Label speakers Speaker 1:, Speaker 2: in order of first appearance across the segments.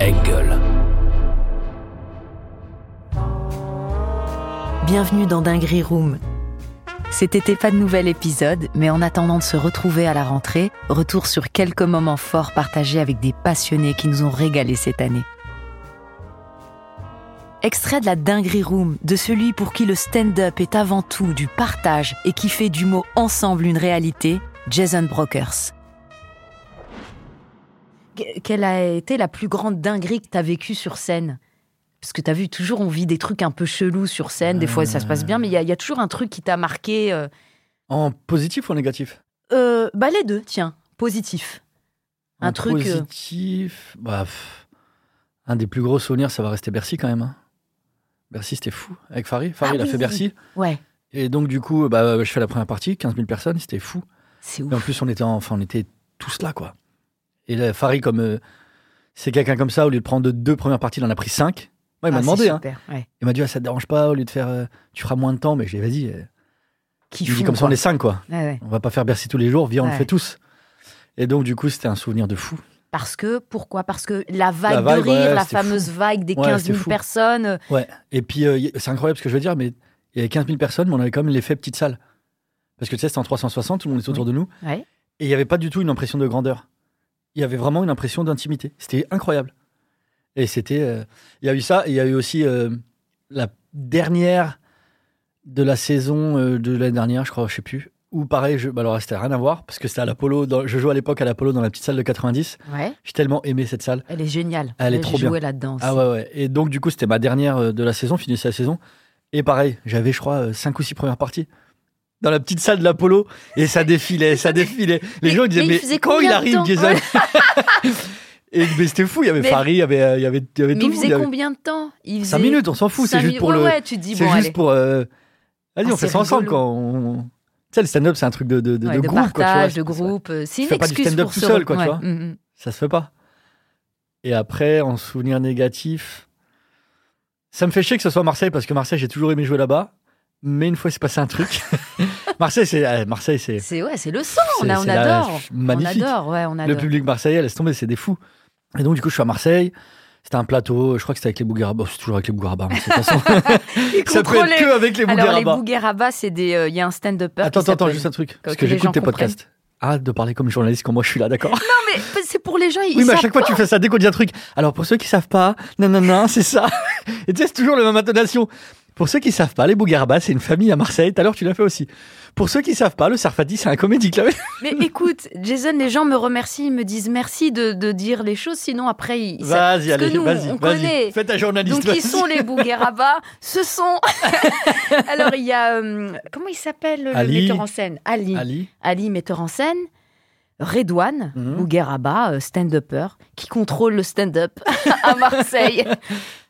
Speaker 1: Engel.
Speaker 2: Bienvenue dans Dinguerie Room. Cet été, pas de nouvel épisode, mais en attendant de se retrouver à la rentrée, retour sur quelques moments forts partagés avec des passionnés qui nous ont régalés cette année. Extrait de la Dinguerie Room, de celui pour qui le stand-up est avant tout du partage et qui fait du mot ensemble une réalité, Jason Brokers. Quelle a été la plus grande dinguerie que t'as vécue sur scène Parce que t'as vu, toujours on vit des trucs un peu chelous sur scène, des fois ça se passe bien, mais il y, a- il y a toujours un truc qui t'a marqué. euh,
Speaker 3: En positif ou en négatif
Speaker 2: euh, bah les deux, tiens, positif. Un
Speaker 3: en
Speaker 2: truc, euh,
Speaker 3: Positif. bah, pff, un des plus gros souvenirs, ça va rester Bercy quand même. hein. Bercy, c'était fou. Avec Farid. Farid,
Speaker 2: Ah
Speaker 3: il a
Speaker 2: oui.
Speaker 3: fait Bercy.
Speaker 2: Ouais,
Speaker 3: Et donc, du coup, bah, je fais la première partie, 15 000 personnes, c'était fou.
Speaker 2: c'est
Speaker 3: Et en
Speaker 2: ouf.
Speaker 3: plus, on était, en- enfin, on était tous là, quoi. Et là, Farid, comme euh, c'est quelqu'un comme ça, au lieu de prendre deux premières parties, il en a pris cinq. Moi, il m'a
Speaker 2: Ah, c'est
Speaker 3: demandé. hein.
Speaker 2: super, ouais.
Speaker 3: Il m'a dit, ah, ça te dérange pas, au lieu de faire, euh, tu feras moins de temps. Mais je lui ai dit, vas-y. euh,
Speaker 2: Qui
Speaker 3: Il dit,
Speaker 2: font,
Speaker 3: comme ça,
Speaker 2: quoi.
Speaker 3: on est cinq, quoi.
Speaker 2: Ouais, ouais.
Speaker 3: On va pas faire Bercy tous les jours, viens, on
Speaker 2: Ouais.
Speaker 3: le fait tous. Et donc, du coup, c'était un souvenir de fou.
Speaker 2: Parce que, pourquoi Parce que la vague
Speaker 3: La vibe,
Speaker 2: de rire,
Speaker 3: ouais,
Speaker 2: la
Speaker 3: c'était fou.
Speaker 2: fameuse vague des
Speaker 3: Ouais,
Speaker 2: 15
Speaker 3: c'était
Speaker 2: 000
Speaker 3: fou.
Speaker 2: personnes, euh,
Speaker 3: Ouais, et puis euh, y- c'est incroyable ce que je veux dire, mais il y avait 15 000 personnes, mais on avait quand même l'effet petite salle. Parce que tu sais, c'était en 360, tout le monde était autour de nous,
Speaker 2: ouais.
Speaker 3: et il n'y avait pas du tout une impression de grandeur. Il y avait vraiment une impression d'intimité. C'était incroyable. Et c'était. euh, Il y a eu ça, et il y a eu aussi euh, la dernière de la saison euh, de l'année dernière, je crois, je sais plus. Ou pareil, je, bah alors là, c'était rien à voir, parce que c'était à l'Apollo, dans- je jouais à l'époque à l'Apollo dans la petite salle de 90.
Speaker 2: ouais.
Speaker 3: J'ai tellement aimé cette salle.
Speaker 2: Elle est géniale.
Speaker 3: Elle est
Speaker 2: Ouais,
Speaker 3: trop
Speaker 2: J'ai
Speaker 3: bien.
Speaker 2: joué là-dedans. aussi.
Speaker 3: Ah ouais, ouais. Et donc, du coup, c'était ma dernière euh, de la saison, finissait la saison. Et pareil, j'avais, je crois, 5 ou 6 premières parties dans la petite salle de l'Apollo. Et ça défilait, ça défilait. Les
Speaker 2: Mais-
Speaker 3: gens ils disaient,
Speaker 2: mais il
Speaker 3: mais,
Speaker 2: faisait
Speaker 3: quand il
Speaker 2: combien de
Speaker 3: arrive,
Speaker 2: temps
Speaker 3: Jason Et mais c'était fou, il y avait
Speaker 2: Mais-
Speaker 3: Farid, il y avait, euh, il y avait, il y avait
Speaker 2: Mais
Speaker 3: tout le
Speaker 2: il
Speaker 3: monde. il y
Speaker 2: faisait
Speaker 3: avait-
Speaker 2: combien de temps il faisait...
Speaker 3: Cinq minutes, on s'en fout,
Speaker 2: Cinq
Speaker 3: c'est juste
Speaker 2: minutes.
Speaker 3: pour
Speaker 2: ouais,
Speaker 3: le.
Speaker 2: ouais, tu te dis,
Speaker 3: c'est
Speaker 2: bon,
Speaker 3: juste
Speaker 2: allez.
Speaker 3: pour. euh, Vas-y,
Speaker 2: Ah,
Speaker 3: on fait
Speaker 2: c'est
Speaker 3: ça ensemble
Speaker 2: rigolo.
Speaker 3: quand on. Tu sais, le stand-up, c'est un truc de, de, de,
Speaker 2: Ouais,
Speaker 3: de
Speaker 2: de
Speaker 3: groupe. quoi, tu vois.
Speaker 2: partage, de
Speaker 3: Ça-
Speaker 2: groupe. euh, C'est
Speaker 3: tu
Speaker 2: une
Speaker 3: fais pas du
Speaker 2: excuse
Speaker 3: stand-up
Speaker 2: pour
Speaker 3: tout
Speaker 2: se
Speaker 3: seul,
Speaker 2: re-
Speaker 3: quoi, tu
Speaker 2: ouais,
Speaker 3: vois.
Speaker 2: mm, mm.
Speaker 3: ça se fait pas. Et après, en souvenir négatif, ça me fait chier que ce soit Marseille parce que Marseille, j'ai toujours aimé jouer là-bas. Mais une fois, il s'est passé un truc. Marseille, c'est eh, Marseille, c'est
Speaker 2: C'est ouais, c'est le sang, on,
Speaker 3: C'est-
Speaker 2: a- on
Speaker 3: c'est la-
Speaker 2: adore.
Speaker 3: magnifique.
Speaker 2: On adore, ouais, on
Speaker 3: le
Speaker 2: adore.
Speaker 3: public marseillais, laisse tomber, c'est des fous. Et donc, du coup, je suis à Marseille. C'était un plateau. Je crois que c'était avec les Bouguerabas. c'est toujours avec les Bouguerabas. mais de toute façon,
Speaker 2: Et
Speaker 3: ça peut être
Speaker 2: contrôler.
Speaker 3: que avec les
Speaker 2: Alors, les
Speaker 3: Bouguerabas.
Speaker 2: Bouguerabas, c'est des. euh, Il y a un stand-upper.
Speaker 3: Attends,
Speaker 2: qui
Speaker 3: attends, attends,
Speaker 2: s'appelle-
Speaker 3: juste un truc. Parce
Speaker 2: que
Speaker 3: que,
Speaker 2: les gens
Speaker 3: j'écoute tes
Speaker 2: comprennent.
Speaker 3: podcasts. Arrête de parler comme journaliste quand moi je suis là, d'accord
Speaker 2: Non, mais c'est pour les gens. Ils
Speaker 3: Oui, mais à
Speaker 2: savent
Speaker 3: chaque fois, tu fais ça dès qu'on dit un truc. Alors, pour ceux qui savent pas, non, non, non, c'est ça. Et tu sais, c'est toujours la même intonation. Pour ceux qui savent pas, les Bougarabas, c'est une famille à Marseille. Tout à l'heure, tu l'as fait aussi. Pour ceux qui savent pas, le Sarfati, c'est un comédie club.
Speaker 2: Mais écoute, Jason, les gens me remercient, ils me disent merci de, de dire les choses, sinon après
Speaker 3: Bah,
Speaker 2: ils. savent.
Speaker 3: Vas-y,
Speaker 2: Parce que
Speaker 3: allez,
Speaker 2: nous,
Speaker 3: vas-y,
Speaker 2: on
Speaker 3: vas-y.
Speaker 2: connaît.
Speaker 3: Fais ta journaliste.
Speaker 2: Donc qui
Speaker 3: vas-y.
Speaker 2: sont les Bougueraba Ce sont. Alors il y a euh, comment il s'appelle le
Speaker 3: Ali.
Speaker 2: metteur en scène Ali. Ali.
Speaker 3: Ali,
Speaker 2: metteur en scène. Redouane
Speaker 3: Mhm.
Speaker 2: Bougueraba, euh, stand-upper, qui contrôle le stand-up à Marseille.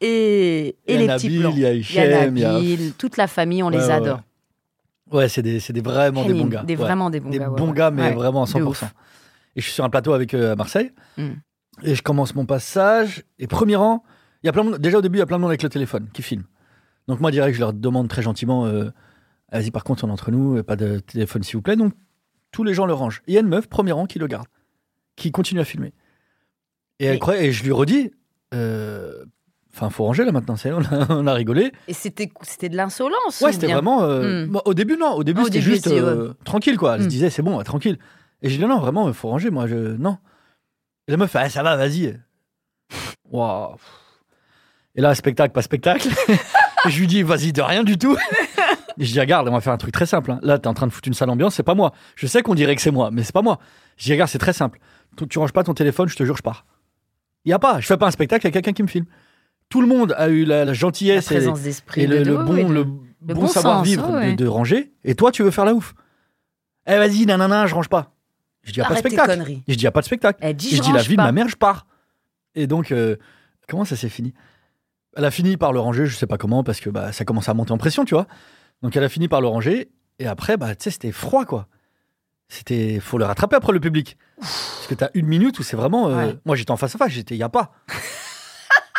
Speaker 2: Et, et
Speaker 3: il y
Speaker 2: les
Speaker 3: a
Speaker 2: petits
Speaker 3: Nabil,
Speaker 2: plans.
Speaker 3: il y a
Speaker 2: Il y a
Speaker 3: Hichem, il y a.
Speaker 2: Nabil, toute la famille, on
Speaker 3: ah. Ouais,
Speaker 2: les
Speaker 3: ouais,
Speaker 2: adore.
Speaker 3: Ouais, c'est des, c'est des vraiment des
Speaker 2: Kenny,
Speaker 3: bons gars. ouais.
Speaker 2: vraiment des bons
Speaker 3: Des
Speaker 2: gars. ouais,
Speaker 3: bons
Speaker 2: ouais.
Speaker 3: gars, mais
Speaker 2: Ouais.
Speaker 3: vraiment à
Speaker 2: de
Speaker 3: 100%. Et je suis sur un plateau avec eux à Marseille.
Speaker 2: Mm.
Speaker 3: Et je commence mon passage. Et premier rang, il y a plein de monde- déjà au début, il y a plein de monde avec le téléphone qui filme. Donc moi, direct, je leur demande très gentiment euh, Vas-y, par contre, on est entre nous, euh, pas de téléphone, s'il vous plaît. Donc tous les gens le rangent. Et il y a une meuf, premier rang, qui le garde, qui continue à filmer. Et, elle
Speaker 2: Et-
Speaker 3: croit, et je lui redis euh, Enfin, faut ranger là maintenant, ça y est, on a, on a rigolé.
Speaker 2: Et c'était c'était de l'insolence.
Speaker 3: Ouais,
Speaker 2: ou
Speaker 3: c'était
Speaker 2: bien
Speaker 3: vraiment. euh,
Speaker 2: Mm.
Speaker 3: moi, au début, non. Au début,
Speaker 2: Ah, au
Speaker 3: c'était
Speaker 2: début,
Speaker 3: juste
Speaker 2: c'était,
Speaker 3: euh, tranquille, quoi. Elle se
Speaker 2: Mm.
Speaker 3: disait, c'est bon, ouais, tranquille. Et j'ai dit, non, vraiment, il faut ranger, moi, je. Non. Et la meuf, ah, ça va, vas-y. Waouh. Et là, spectacle, pas spectacle. Et je lui dis, vas-y, de rien du tout. Et je dis, regarde, on va faire un truc très simple. hein. Là, t'es en train de foutre une sale ambiance, c'est pas moi. Je sais qu'on dirait que c'est moi, mais c'est pas moi. Je dis, regarde, c'est très simple. Tu, tu ranges pas ton téléphone, je te jure, je pars. Il y a pas, je fais pas un spectacle, il y a quelqu'un qui me filme. Tout le monde a eu la, la
Speaker 2: La
Speaker 3: gentillesse et-
Speaker 2: présence d'esprit.
Speaker 3: et
Speaker 2: de-
Speaker 3: le, le
Speaker 2: de-
Speaker 3: bon,
Speaker 2: oui, oui,
Speaker 3: le
Speaker 2: le
Speaker 3: bon
Speaker 2: bon
Speaker 3: savoir
Speaker 2: sens,
Speaker 3: vivre
Speaker 2: ouais,
Speaker 3: de-
Speaker 2: ouais.
Speaker 3: de, ranger. Et toi, tu veux faire la ouf. Eh, vas-y, nanana, je range pas. Je dis, y a pas de
Speaker 2: Arrête tes
Speaker 3: spectacle.
Speaker 2: conneries.
Speaker 3: Je dis, y a pas de spectacle.
Speaker 2: Elle dit,
Speaker 3: Et je dis,
Speaker 2: range
Speaker 3: la vie
Speaker 2: pas.
Speaker 3: de ma mère, je pars. Et donc, euh, comment ça s'est fini Elle a fini par le ranger, je sais pas comment, parce que bah, ça commence à monter en pression, tu vois. Donc, elle a fini par le ranger. Et après, bah, tu sais, c'était froid, quoi. C'était. Faut le rattraper après le public. Parce que t'as une minute où c'est vraiment. euh,
Speaker 2: Ouais.
Speaker 3: Moi, j'étais en face à face, j'étais, y a pas.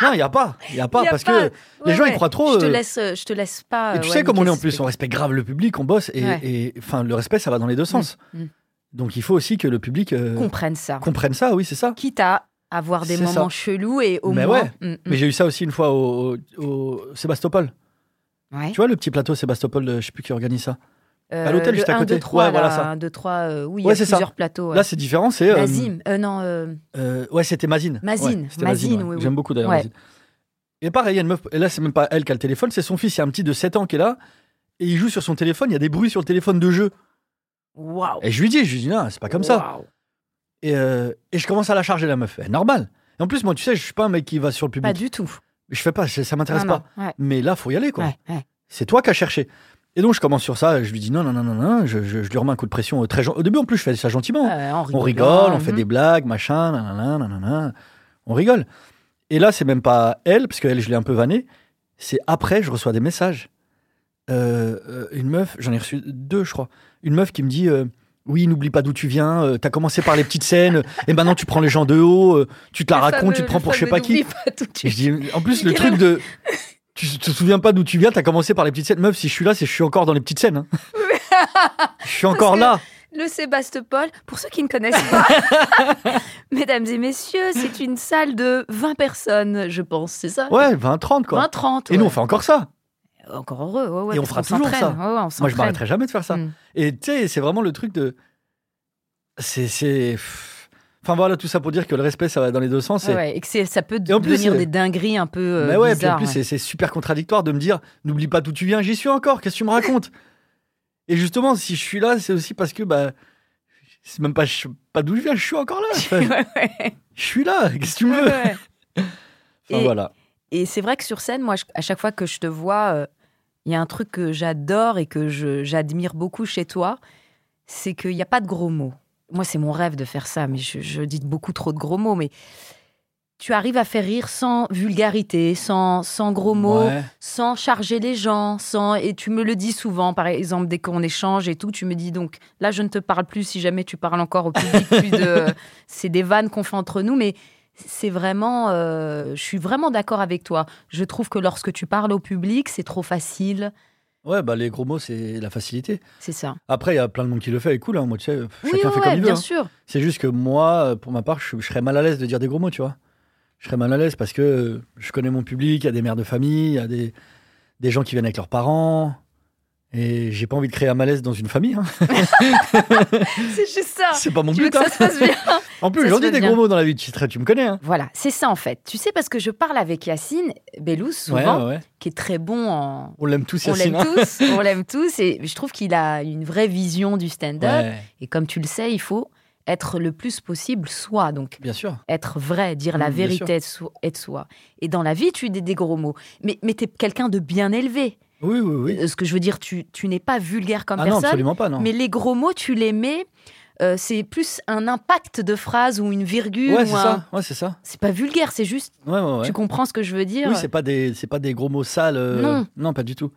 Speaker 3: non, y a pas. Y a pas.
Speaker 2: Y a
Speaker 3: parce
Speaker 2: pas.
Speaker 3: que les
Speaker 2: Ouais,
Speaker 3: gens,
Speaker 2: ouais.
Speaker 3: ils croient trop.
Speaker 2: Je te
Speaker 3: euh,
Speaker 2: laisse, euh, je te laisse pas.
Speaker 3: et
Speaker 2: euh,
Speaker 3: tu
Speaker 2: ouais,
Speaker 3: sais, comme on est
Speaker 2: niquer
Speaker 3: en
Speaker 2: ce
Speaker 3: plus, hein, on
Speaker 2: spectacle.
Speaker 3: respecte grave le public, on bosse, et,
Speaker 2: Ouais.
Speaker 3: et- enfin, le respect, ça va dans les deux sens.
Speaker 2: Mm.
Speaker 3: Donc il faut aussi que le public euh,
Speaker 2: Comprennent ça. Mm.
Speaker 3: comprenne ça, oui, c'est ça.
Speaker 2: Quitte à avoir des
Speaker 3: C'est ça.
Speaker 2: moments chelous et au
Speaker 3: Mais
Speaker 2: moins.
Speaker 3: ouais.
Speaker 2: Mm, mm.
Speaker 3: Mais j'ai eu ça aussi une fois au, au- au Sébastopol.
Speaker 2: Ouais.
Speaker 3: Tu vois le petit plateau Sébastopol, de- je sais plus qui organise ça.
Speaker 2: Euh,
Speaker 3: à l'hôtel,
Speaker 2: le
Speaker 3: juste à
Speaker 2: 1,
Speaker 3: côté.
Speaker 2: 2, 3,
Speaker 3: Ouais, voilà
Speaker 2: là,
Speaker 3: ça.
Speaker 2: 1, 2, 3, euh, oui, il y
Speaker 3: Ouais,
Speaker 2: a
Speaker 3: c'est ça.
Speaker 2: plusieurs plateaux.
Speaker 3: Là c'est différent, c'est. euh,
Speaker 2: Mazim, euh, non, euh,
Speaker 3: euh, ouais, c'était Mazine.
Speaker 2: Mazine,
Speaker 3: Ouais, c'était
Speaker 2: Mazine, oui, oui.
Speaker 3: J'aime beaucoup d'ailleurs
Speaker 2: Ouais.
Speaker 3: Mazine. Et pareil, il y a une meuf, et là c'est même pas elle qui a le téléphone, c'est son fils, il y a un petit de 7 ans qui est là, et il joue sur son téléphone, il y a des bruits sur le téléphone de jeu.
Speaker 2: waouh.
Speaker 3: Et je lui dis, je lui dis, non, c'est pas
Speaker 2: Oh.
Speaker 3: comme ça.
Speaker 2: Waouh.
Speaker 3: Et, euh, et je commence à la charger, la meuf. Eh, normal. Et en plus, moi, tu sais, je suis pas un mec qui va sur le
Speaker 2: Pas
Speaker 3: public.
Speaker 2: du tout.
Speaker 3: Je fais pas, ça ça m'intéresse
Speaker 2: Non,
Speaker 3: pas.
Speaker 2: non, ouais,
Speaker 3: Mais là, faut y aller, quoi.
Speaker 2: ouais, ouais.
Speaker 3: C'est toi qui as cherché. Et donc, je commence sur ça, je lui dis, non, non, non, non, non, je, je- je lui remets un coup de pression euh, très gentil. Au début, en plus, je fais ça gentiment.
Speaker 2: Euh, en
Speaker 3: on rigole,
Speaker 2: rigolant,
Speaker 3: on fait
Speaker 2: mhm.
Speaker 3: des blagues, machin, nanana, nanana. On rigole. Et là, c'est même pas elle, parce qu'elle, je l'ai un peu vannée. C'est après, je reçois des messages. Euh, euh, une meuf, j'en ai reçu deux, je crois. Une meuf qui me dit euh, Oui, n'oublie pas d'où tu viens, euh, t'as commencé par les petites scènes, euh, et maintenant tu prends les gens de haut, euh, tu te la
Speaker 2: Le
Speaker 3: racontes,
Speaker 2: fameux-
Speaker 3: tu te prends
Speaker 2: le
Speaker 3: pour je sais
Speaker 2: fameux
Speaker 3: pas qui.
Speaker 2: n'oublie pas tout de
Speaker 3: Et
Speaker 2: suite.
Speaker 3: je dis, en plus, le
Speaker 2: Quel
Speaker 3: truc de. Tu te souviens pas d'où tu viens, t'as commencé par les petites scènes. Meuf, si je suis là, c'est que je suis encore dans les petites scènes. hein. je suis encore
Speaker 2: que-
Speaker 3: là.
Speaker 2: Le Sébastopol, pour ceux qui ne connaissent pas, mesdames et messieurs, c'est une salle de 20 personnes, je pense, c'est ça
Speaker 3: Ouais, 20, 30, quoi.
Speaker 2: 20, 30.
Speaker 3: Et nous,
Speaker 2: ouais. Euh,
Speaker 3: on fait encore ça.
Speaker 2: Encore heureux, ouais, ouais,
Speaker 3: Et on
Speaker 2: parce
Speaker 3: fera
Speaker 2: qu'on
Speaker 3: toujours ça.
Speaker 2: s'entraîne. Ouais, ouais, on
Speaker 3: Moi, je
Speaker 2: s'entraîne.
Speaker 3: m'arrêterai jamais de faire ça.
Speaker 2: Mm.
Speaker 3: Et tu sais, c'est vraiment le truc de. C'est. c'est- pff. Enfin voilà, tout ça pour dire que le respect, ça va dans les deux sens. et-
Speaker 2: Ah Ouais, ouais, et que c'est- ça peut
Speaker 3: Et en plus,
Speaker 2: devenir
Speaker 3: c'est-
Speaker 2: des dingueries un peu euh,
Speaker 3: Mais ouais, puis en
Speaker 2: bizarres.
Speaker 3: plus,
Speaker 2: ouais.
Speaker 3: c'est- c'est super contradictoire de me dire n'oublie pas d'où tu viens, j'y suis encore, qu'est-ce que tu me racontes Et justement, si je suis là, c'est aussi parce que, bah. C'est même pas, je- pas d'où je viens, je suis encore là. Enfin,
Speaker 2: Ouais, ouais.
Speaker 3: je suis là, qu'est-ce que tu me veux
Speaker 2: Ouais, ouais.
Speaker 3: Enfin
Speaker 2: Et-
Speaker 3: voilà.
Speaker 2: Et c'est vrai que sur scène, moi, je- à chaque fois que je te vois, euh, il y a un truc que j'adore et que je- j'admire beaucoup chez toi, c'est qu'il n'y a pas de gros mots. Moi, c'est mon rêve de faire ça, mais je, je dis beaucoup trop de gros mots. Mais tu arrives à faire rire sans vulgarité, sans, sans gros mots,
Speaker 3: Ouais.
Speaker 2: sans charger les gens, sans et tu me le dis souvent, par exemple dès qu'on échange et tout, tu me dis donc là je ne te parle plus si jamais tu parles encore au public. plus de, c'est des vannes qu'on fait entre nous, mais c'est vraiment, euh, je suis vraiment d'accord avec toi. Je trouve que lorsque tu parles au public, c'est trop facile.
Speaker 3: Ouais, bah les gros mots, c'est la facilité.
Speaker 2: C'est ça.
Speaker 3: Après, il y a plein de monde qui le fait, et cool, hein, moi, tu sais,
Speaker 2: oui,
Speaker 3: chacun
Speaker 2: ouais,
Speaker 3: fait comme
Speaker 2: ouais,
Speaker 3: il veut.
Speaker 2: bien
Speaker 3: hein.
Speaker 2: sûr.
Speaker 3: C'est juste que moi, euh, pour ma part, je, je serais mal à l'aise de dire des gros mots, tu vois. Je serais mal à l'aise parce que euh, je connais mon public, il y a des mères de famille, il y a des, des gens qui viennent avec leurs parents. Et j'ai pas envie de créer un malaise dans une famille. hein.
Speaker 2: C'est juste ça.
Speaker 3: C'est pas mon
Speaker 2: Ah, Tu veux
Speaker 3: but.
Speaker 2: que
Speaker 3: hein.
Speaker 2: ça se passe bien.
Speaker 3: En
Speaker 2: ça
Speaker 3: plus,
Speaker 2: se
Speaker 3: j'en dis
Speaker 2: passe
Speaker 3: des
Speaker 2: bien.
Speaker 3: gros mots dans la vie, tu, serais- tu me connais. Hein.
Speaker 2: Voilà, c'est ça en fait. Tu sais parce que je parle avec Yacine Bellous
Speaker 3: Ouais,
Speaker 2: souvent,
Speaker 3: ouais, ouais.
Speaker 2: qui est très bon en
Speaker 3: On l'aime tous,
Speaker 2: on
Speaker 3: Yacine,
Speaker 2: l'aime
Speaker 3: hein.
Speaker 2: tous, on l'aime tous, et je trouve qu'il a une vraie vision du stand-up.
Speaker 3: Ouais,
Speaker 2: Et comme tu le sais, il faut être le plus possible soi, donc
Speaker 3: bien sûr.
Speaker 2: être vrai, dire la
Speaker 3: Mm, bien
Speaker 2: vérité, être so- être soi. Et dans la vie, tu dis des gros mots, mais, mais t'es quelqu'un de bien élevé.
Speaker 3: Oui, oui, oui.
Speaker 2: Euh, Ce que je veux dire, tu, tu n'es pas vulgaire comme
Speaker 3: ah non,
Speaker 2: personne,
Speaker 3: absolument pas, non.
Speaker 2: mais les gros mots, tu les mets. euh, c'est plus un impact de phrase ou une virgule.
Speaker 3: ouais,
Speaker 2: ou
Speaker 3: c'est
Speaker 2: un-
Speaker 3: ça. Ouais, c'est ça.
Speaker 2: C'est pas vulgaire, c'est juste.
Speaker 3: Ouais, ouais, ouais.
Speaker 2: Tu comprends ce que je veux dire
Speaker 3: Oui, c'est pas des, c'est pas des gros mots sales. euh,
Speaker 2: Non.
Speaker 3: pas du tout.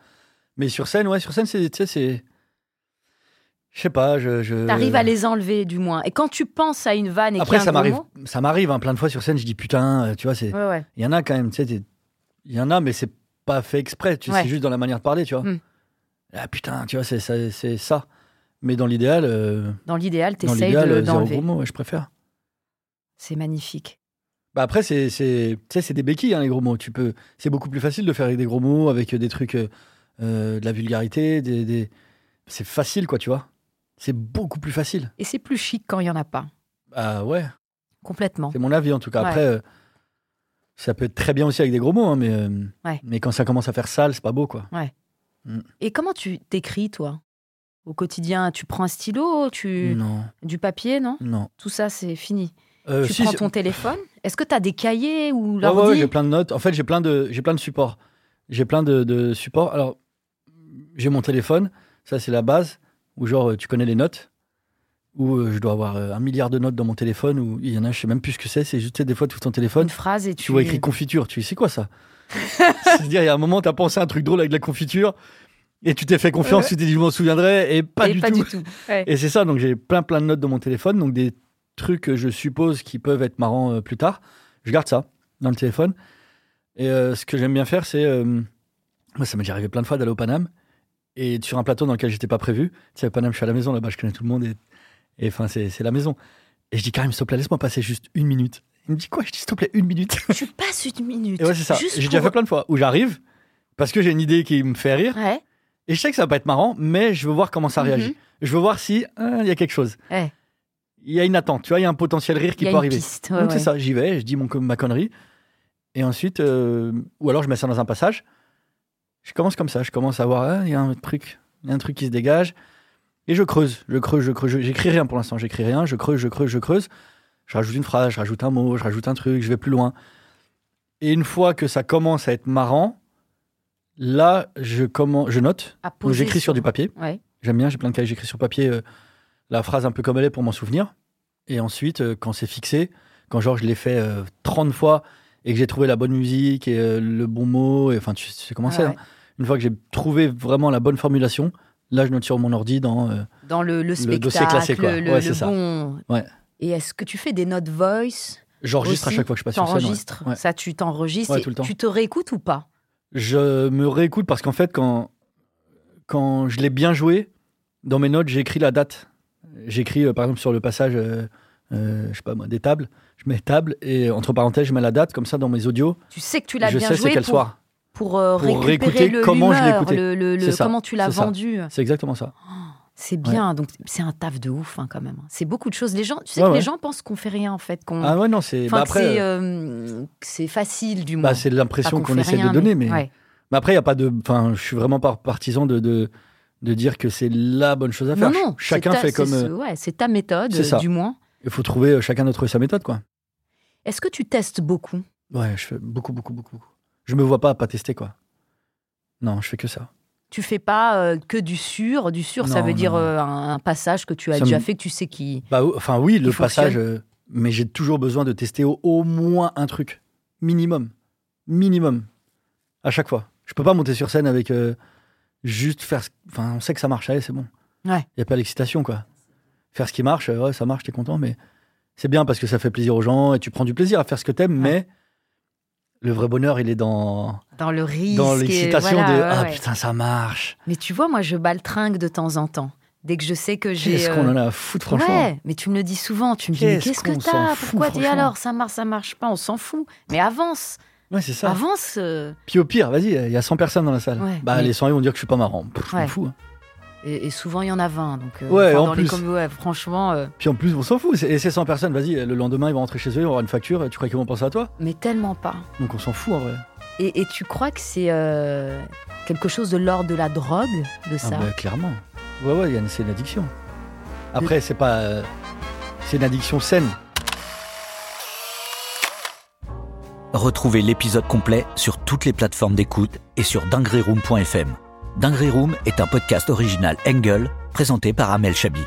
Speaker 3: Mais sur scène, ouais, sur scène, c'est, tu sais, c'est, je sais pas, je, je.
Speaker 2: T'arrives à les enlever, du moins. Et quand tu penses à une vanne et qu'il y
Speaker 3: euh, Après,
Speaker 2: a un
Speaker 3: ça
Speaker 2: gros
Speaker 3: m'arrive,
Speaker 2: mot-
Speaker 3: ça m'arrive hein, plein de fois sur scène. Je dis putain, euh, tu vois, c'est,
Speaker 2: Ouais, ouais.
Speaker 3: il y en a quand même, tu sais, t'es- il y en a, mais c'est pas fait exprès. Tu sais,
Speaker 2: Ouais.
Speaker 3: c'est juste dans la manière de parler, tu vois.
Speaker 2: Hmm.
Speaker 3: Ah putain, tu vois, c'est ça, c'est ça. Mais dans l'idéal, euh,
Speaker 2: Dans l'idéal,
Speaker 3: dans
Speaker 2: t'essayes
Speaker 3: l'idéal,
Speaker 2: de-
Speaker 3: euh, zéro
Speaker 2: d'enlever.
Speaker 3: gros mot, ouais, je préfère.
Speaker 2: c'est magnifique.
Speaker 3: Bah après, c'est, c'est, tu sais, c'est des béquilles, hein, les gros mots. Tu peux, c'est beaucoup plus facile de faire avec des gros mots, avec euh, des trucs, euh, euh, de la vulgarité, des, des- c'est facile, quoi, tu vois. C'est beaucoup plus facile.
Speaker 2: Et c'est plus chic quand il n'y en a pas.
Speaker 3: Ah ouais,
Speaker 2: Complètement.
Speaker 3: c'est mon avis en tout cas.
Speaker 2: Ouais.
Speaker 3: Après, euh, ça peut être très bien aussi avec des gros mots, hein, mais, euh,
Speaker 2: Ouais.
Speaker 3: mais quand ça commence à faire sale, c'est pas beau, quoi.
Speaker 2: Et comment tu t'écris, toi Au quotidien, tu prends un stylo, tu
Speaker 3: Non,
Speaker 2: du papier, non
Speaker 3: non.
Speaker 2: Tout ça, c'est fini.
Speaker 3: Euh,
Speaker 2: tu
Speaker 3: si,
Speaker 2: prends
Speaker 3: si-
Speaker 2: ton téléphone Est-ce que tu as des cahiers ou
Speaker 3: Ouais, ouais,
Speaker 2: l'ordi
Speaker 3: ouais, j'ai plein de notes. En fait, j'ai plein de, j'ai plein de supports. J'ai plein de, de supports. Alors, j'ai mon téléphone. Ça, c'est la base. Ou genre, euh, tu connais les notes. Ou euh, je dois avoir euh, un milliard de notes dans mon téléphone. Ou il y en a, je sais même plus ce que c'est. C'est juste, tu sais, des fois, tu ouvres ton téléphone.
Speaker 2: Une phrase et tu. Eh,
Speaker 3: Tu vois écrit confiture. Tu dis, c'est quoi ça C'est-à-dire, il y a un moment, tu as pensé à un truc drôle avec de la confiture. Et tu t'es fait confiance.
Speaker 2: Ouais.
Speaker 3: Tu t'es dit, je m'en souviendrai. Et pas,
Speaker 2: Et
Speaker 3: du,
Speaker 2: pas
Speaker 3: tout.
Speaker 2: du tout. Ouais.
Speaker 3: Et c'est ça, donc j'ai plein plein de notes dans mon téléphone, donc des trucs que je suppose qui peuvent être marrants euh, plus tard. Je garde ça dans le téléphone. Et euh, ce que j'aime bien faire, c'est. euh, moi, ça m'est déjà arrivé plein de fois d'aller au Paname et sur un plateau dans lequel j'étais pas prévu. Tu sais, au Paname, je suis à la maison là-bas, je connais tout le monde et et, enfin, c'est c'est la maison. Et je dis, Karim, s'il te plaît, laisse-moi passer juste une minute. Il me dit quoi Je dis s'il te plaît, une minute.
Speaker 2: Tu passes une minute.
Speaker 3: Et ouais, c'est ça.
Speaker 2: Juste
Speaker 3: J'ai déjà
Speaker 2: pour-
Speaker 3: fait plein de fois où j'arrive parce que j'ai une idée qui me fait rire.
Speaker 2: Ouais.
Speaker 3: Et je sais que ça va pas être marrant, mais je veux voir comment ça
Speaker 2: Mhm.
Speaker 3: réagit. Je veux voir si euh, il y a quelque chose.
Speaker 2: Ouais.
Speaker 3: Il y a une attente, tu vois, il y a un potentiel rire
Speaker 2: Il
Speaker 3: qui
Speaker 2: y a
Speaker 3: peut
Speaker 2: une
Speaker 3: arriver.
Speaker 2: piste. ouais,
Speaker 3: Donc
Speaker 2: ouais.
Speaker 3: c'est ça, j'y vais, je dis mon, ma connerie. Et ensuite, euh, ou alors je mets ça dans un passage. Je commence comme ça, je commence à voir, ah, il y a un truc, il y a un truc qui se dégage. Et je creuse, je creuse, je creuse. je- J'écris rien pour l'instant, j'écris rien, je creuse, je creuse, je creuse. Je rajoute une phrase, je rajoute un mot, je rajoute un truc, je vais plus loin. Et une fois que ça commence à être marrant, là, je, commence, je note,
Speaker 2: À
Speaker 3: ou
Speaker 2: poser
Speaker 3: j'écris sur du papier.
Speaker 2: Ouais.
Speaker 3: J'aime bien, j'ai plein de cahiers, j'écris sur papier euh, la phrase un peu comme elle est pour m'en souvenir. Et ensuite, euh, quand c'est fixé, quand genre je l'ai fait euh, 30 fois et que j'ai trouvé la bonne musique et euh, le bon mot, et enfin tu, tu sais comment
Speaker 2: Ah
Speaker 3: c'est,
Speaker 2: ouais.
Speaker 3: hein. une fois que j'ai trouvé vraiment la bonne formulation, là je note sur mon ordi dans... euh,
Speaker 2: Dans le, le
Speaker 3: dossier
Speaker 2: spectacle,
Speaker 3: classé, quoi.
Speaker 2: le, le
Speaker 3: Ouais, c'est ça.
Speaker 2: bon.
Speaker 3: Ouais.
Speaker 2: Et est-ce que tu fais des notes voice
Speaker 3: J'enregistre à
Speaker 2: Aussi,
Speaker 3: chaque fois que je passe sur scène. ouais.
Speaker 2: T'enregistres
Speaker 3: Ouais.
Speaker 2: Ça, tu t'enregistres.
Speaker 3: Ouais,
Speaker 2: et
Speaker 3: tout le temps.
Speaker 2: Tu te réécoutes ou pas
Speaker 3: Je me réécoute parce qu'en fait, quand, quand je l'ai bien joué, dans mes notes, j'écris la date. J'écris, euh, par exemple, sur le passage, euh, euh, je sais pas moi, des tables. Je mets table et entre parenthèses, je mets la date, comme ça, dans mes audios,
Speaker 2: Tu sais que tu l'as
Speaker 3: je
Speaker 2: bien
Speaker 3: sais
Speaker 2: joué
Speaker 3: c'est quel
Speaker 2: pour,
Speaker 3: soir.
Speaker 2: pour, euh,
Speaker 3: Pour
Speaker 2: récupérer
Speaker 3: réécouter
Speaker 2: le
Speaker 3: comment je l'ai
Speaker 2: l'humeur,
Speaker 3: écouté.
Speaker 2: le, le- le-
Speaker 3: C'est ça,
Speaker 2: comment tu l'as
Speaker 3: c'est ça.
Speaker 2: vendu.
Speaker 3: C'est exactement ça.
Speaker 2: C'est bien, donc c'est un taf de ouf hein, quand même. C'est beaucoup de choses. Les gens, tu sais
Speaker 3: Ouais,
Speaker 2: que
Speaker 3: ouais.
Speaker 2: les gens pensent qu'on fait rien en fait, qu'on,
Speaker 3: Ah ouais, non, c'est.
Speaker 2: Mm. enfin,
Speaker 3: bah
Speaker 2: que c'est,
Speaker 3: après, euh,
Speaker 2: euh, que c'est facile du moins.
Speaker 3: bah, c'est
Speaker 2: Pas
Speaker 3: l'impression qu'on
Speaker 2: fait
Speaker 3: essaie
Speaker 2: rien,
Speaker 3: de donner, mais.
Speaker 2: ouais.
Speaker 3: Mais après, il y a pas de. Enfin, je suis vraiment pas partisan de, de, de dire que c'est la bonne chose à faire.
Speaker 2: non, non,
Speaker 3: Ch- Chacun
Speaker 2: c'est ta-
Speaker 3: fait comme.
Speaker 2: c'est,
Speaker 3: euh,
Speaker 2: ce- ouais, c'est ta méthode
Speaker 3: c'est ça.
Speaker 2: euh, du moins.
Speaker 3: Il faut trouver euh, chacun notre sa méthode, quoi.
Speaker 2: Est-ce que tu testes beaucoup
Speaker 3: Ouais, je fais beaucoup, beaucoup, beaucoup. Je me vois pas pas tester, quoi. Non, je fais que ça.
Speaker 2: Tu fais pas euh, que du sûr, du sûr, ça
Speaker 3: Non,
Speaker 2: veut
Speaker 3: non,
Speaker 2: dire
Speaker 3: non.
Speaker 2: euh, un, un passage que tu as
Speaker 3: Ça
Speaker 2: déjà
Speaker 3: me-
Speaker 2: fait que tu sais qui.
Speaker 3: Bah, ou- enfin, oui, le
Speaker 2: Il fonctionne.
Speaker 3: passage, euh, mais j'ai toujours besoin de tester au, au moins un truc. Minimum. Minimum. À chaque fois. Je peux pas monter sur scène avec euh, juste faire. ce- Enfin, on sait que ça marche, allez, c'est bon.
Speaker 2: Ouais.
Speaker 3: Il n'y a pas l'excitation, quoi. Faire ce qui marche, euh, ouais, ça marche, t'es content, mais c'est bien parce que ça fait plaisir aux gens et tu prends du plaisir à faire ce que t'aimes, mais le vrai bonheur, il est dans,
Speaker 2: Dans le risque.
Speaker 3: dans
Speaker 2: et-
Speaker 3: l'excitation
Speaker 2: voilà,
Speaker 3: de
Speaker 2: ouais,
Speaker 3: Ah
Speaker 2: ouais.
Speaker 3: putain, ça marche.
Speaker 2: Mais tu vois, moi, je baltringue de temps en temps. Dès que je sais que j'ai.
Speaker 3: Qu'est-ce
Speaker 2: euh,
Speaker 3: qu'on en a à foutre, franchement
Speaker 2: Ouais, mais tu me le dis souvent. Tu me dis, mais
Speaker 3: Qu'est-ce
Speaker 2: qu'est-ce que
Speaker 3: qu'on s'en
Speaker 2: t'as
Speaker 3: fout,
Speaker 2: Pourquoi dis
Speaker 3: franchement.
Speaker 2: alors Ça marche, ça marche pas, on s'en fout. Mais avance,
Speaker 3: Ouais, c'est ça.
Speaker 2: avance. euh.
Speaker 3: Puis au pire, vas-y, il y a 100 personnes dans la salle.
Speaker 2: Ouais,
Speaker 3: bah,
Speaker 2: mais-
Speaker 3: les 100 ils vont dire que je suis pas marrant. Pff, Je
Speaker 2: Ouais.
Speaker 3: m'en fous. hein.
Speaker 2: Et, et souvent, il y en a 20. Donc, euh,
Speaker 3: Ouais, en
Speaker 2: dans les
Speaker 3: plus.
Speaker 2: communes, ouais, franchement, euh,
Speaker 3: Puis en plus, on s'en fout. C'est- Et ces 100 personnes, vas-y, le lendemain, ils vont rentrer chez eux, ils vont avoir une facture. Tu crois qu'ils vont penser à toi
Speaker 2: mais tellement pas.
Speaker 3: Donc on s'en fout en vrai.
Speaker 2: Et, et tu crois que c'est euh, quelque chose de l'ordre de la drogue, de
Speaker 3: Ah,
Speaker 2: ça
Speaker 3: bah, clairement. Ouais, ouais, il y a une- c'est une addiction. Après, c'est pas. euh, c'est une addiction saine.
Speaker 4: Retrouvez l'épisode complet sur toutes les plateformes d'écoute et sur dingueryroom.fm. Dinguery Room est un podcast original Engel présenté par Amel Chabi.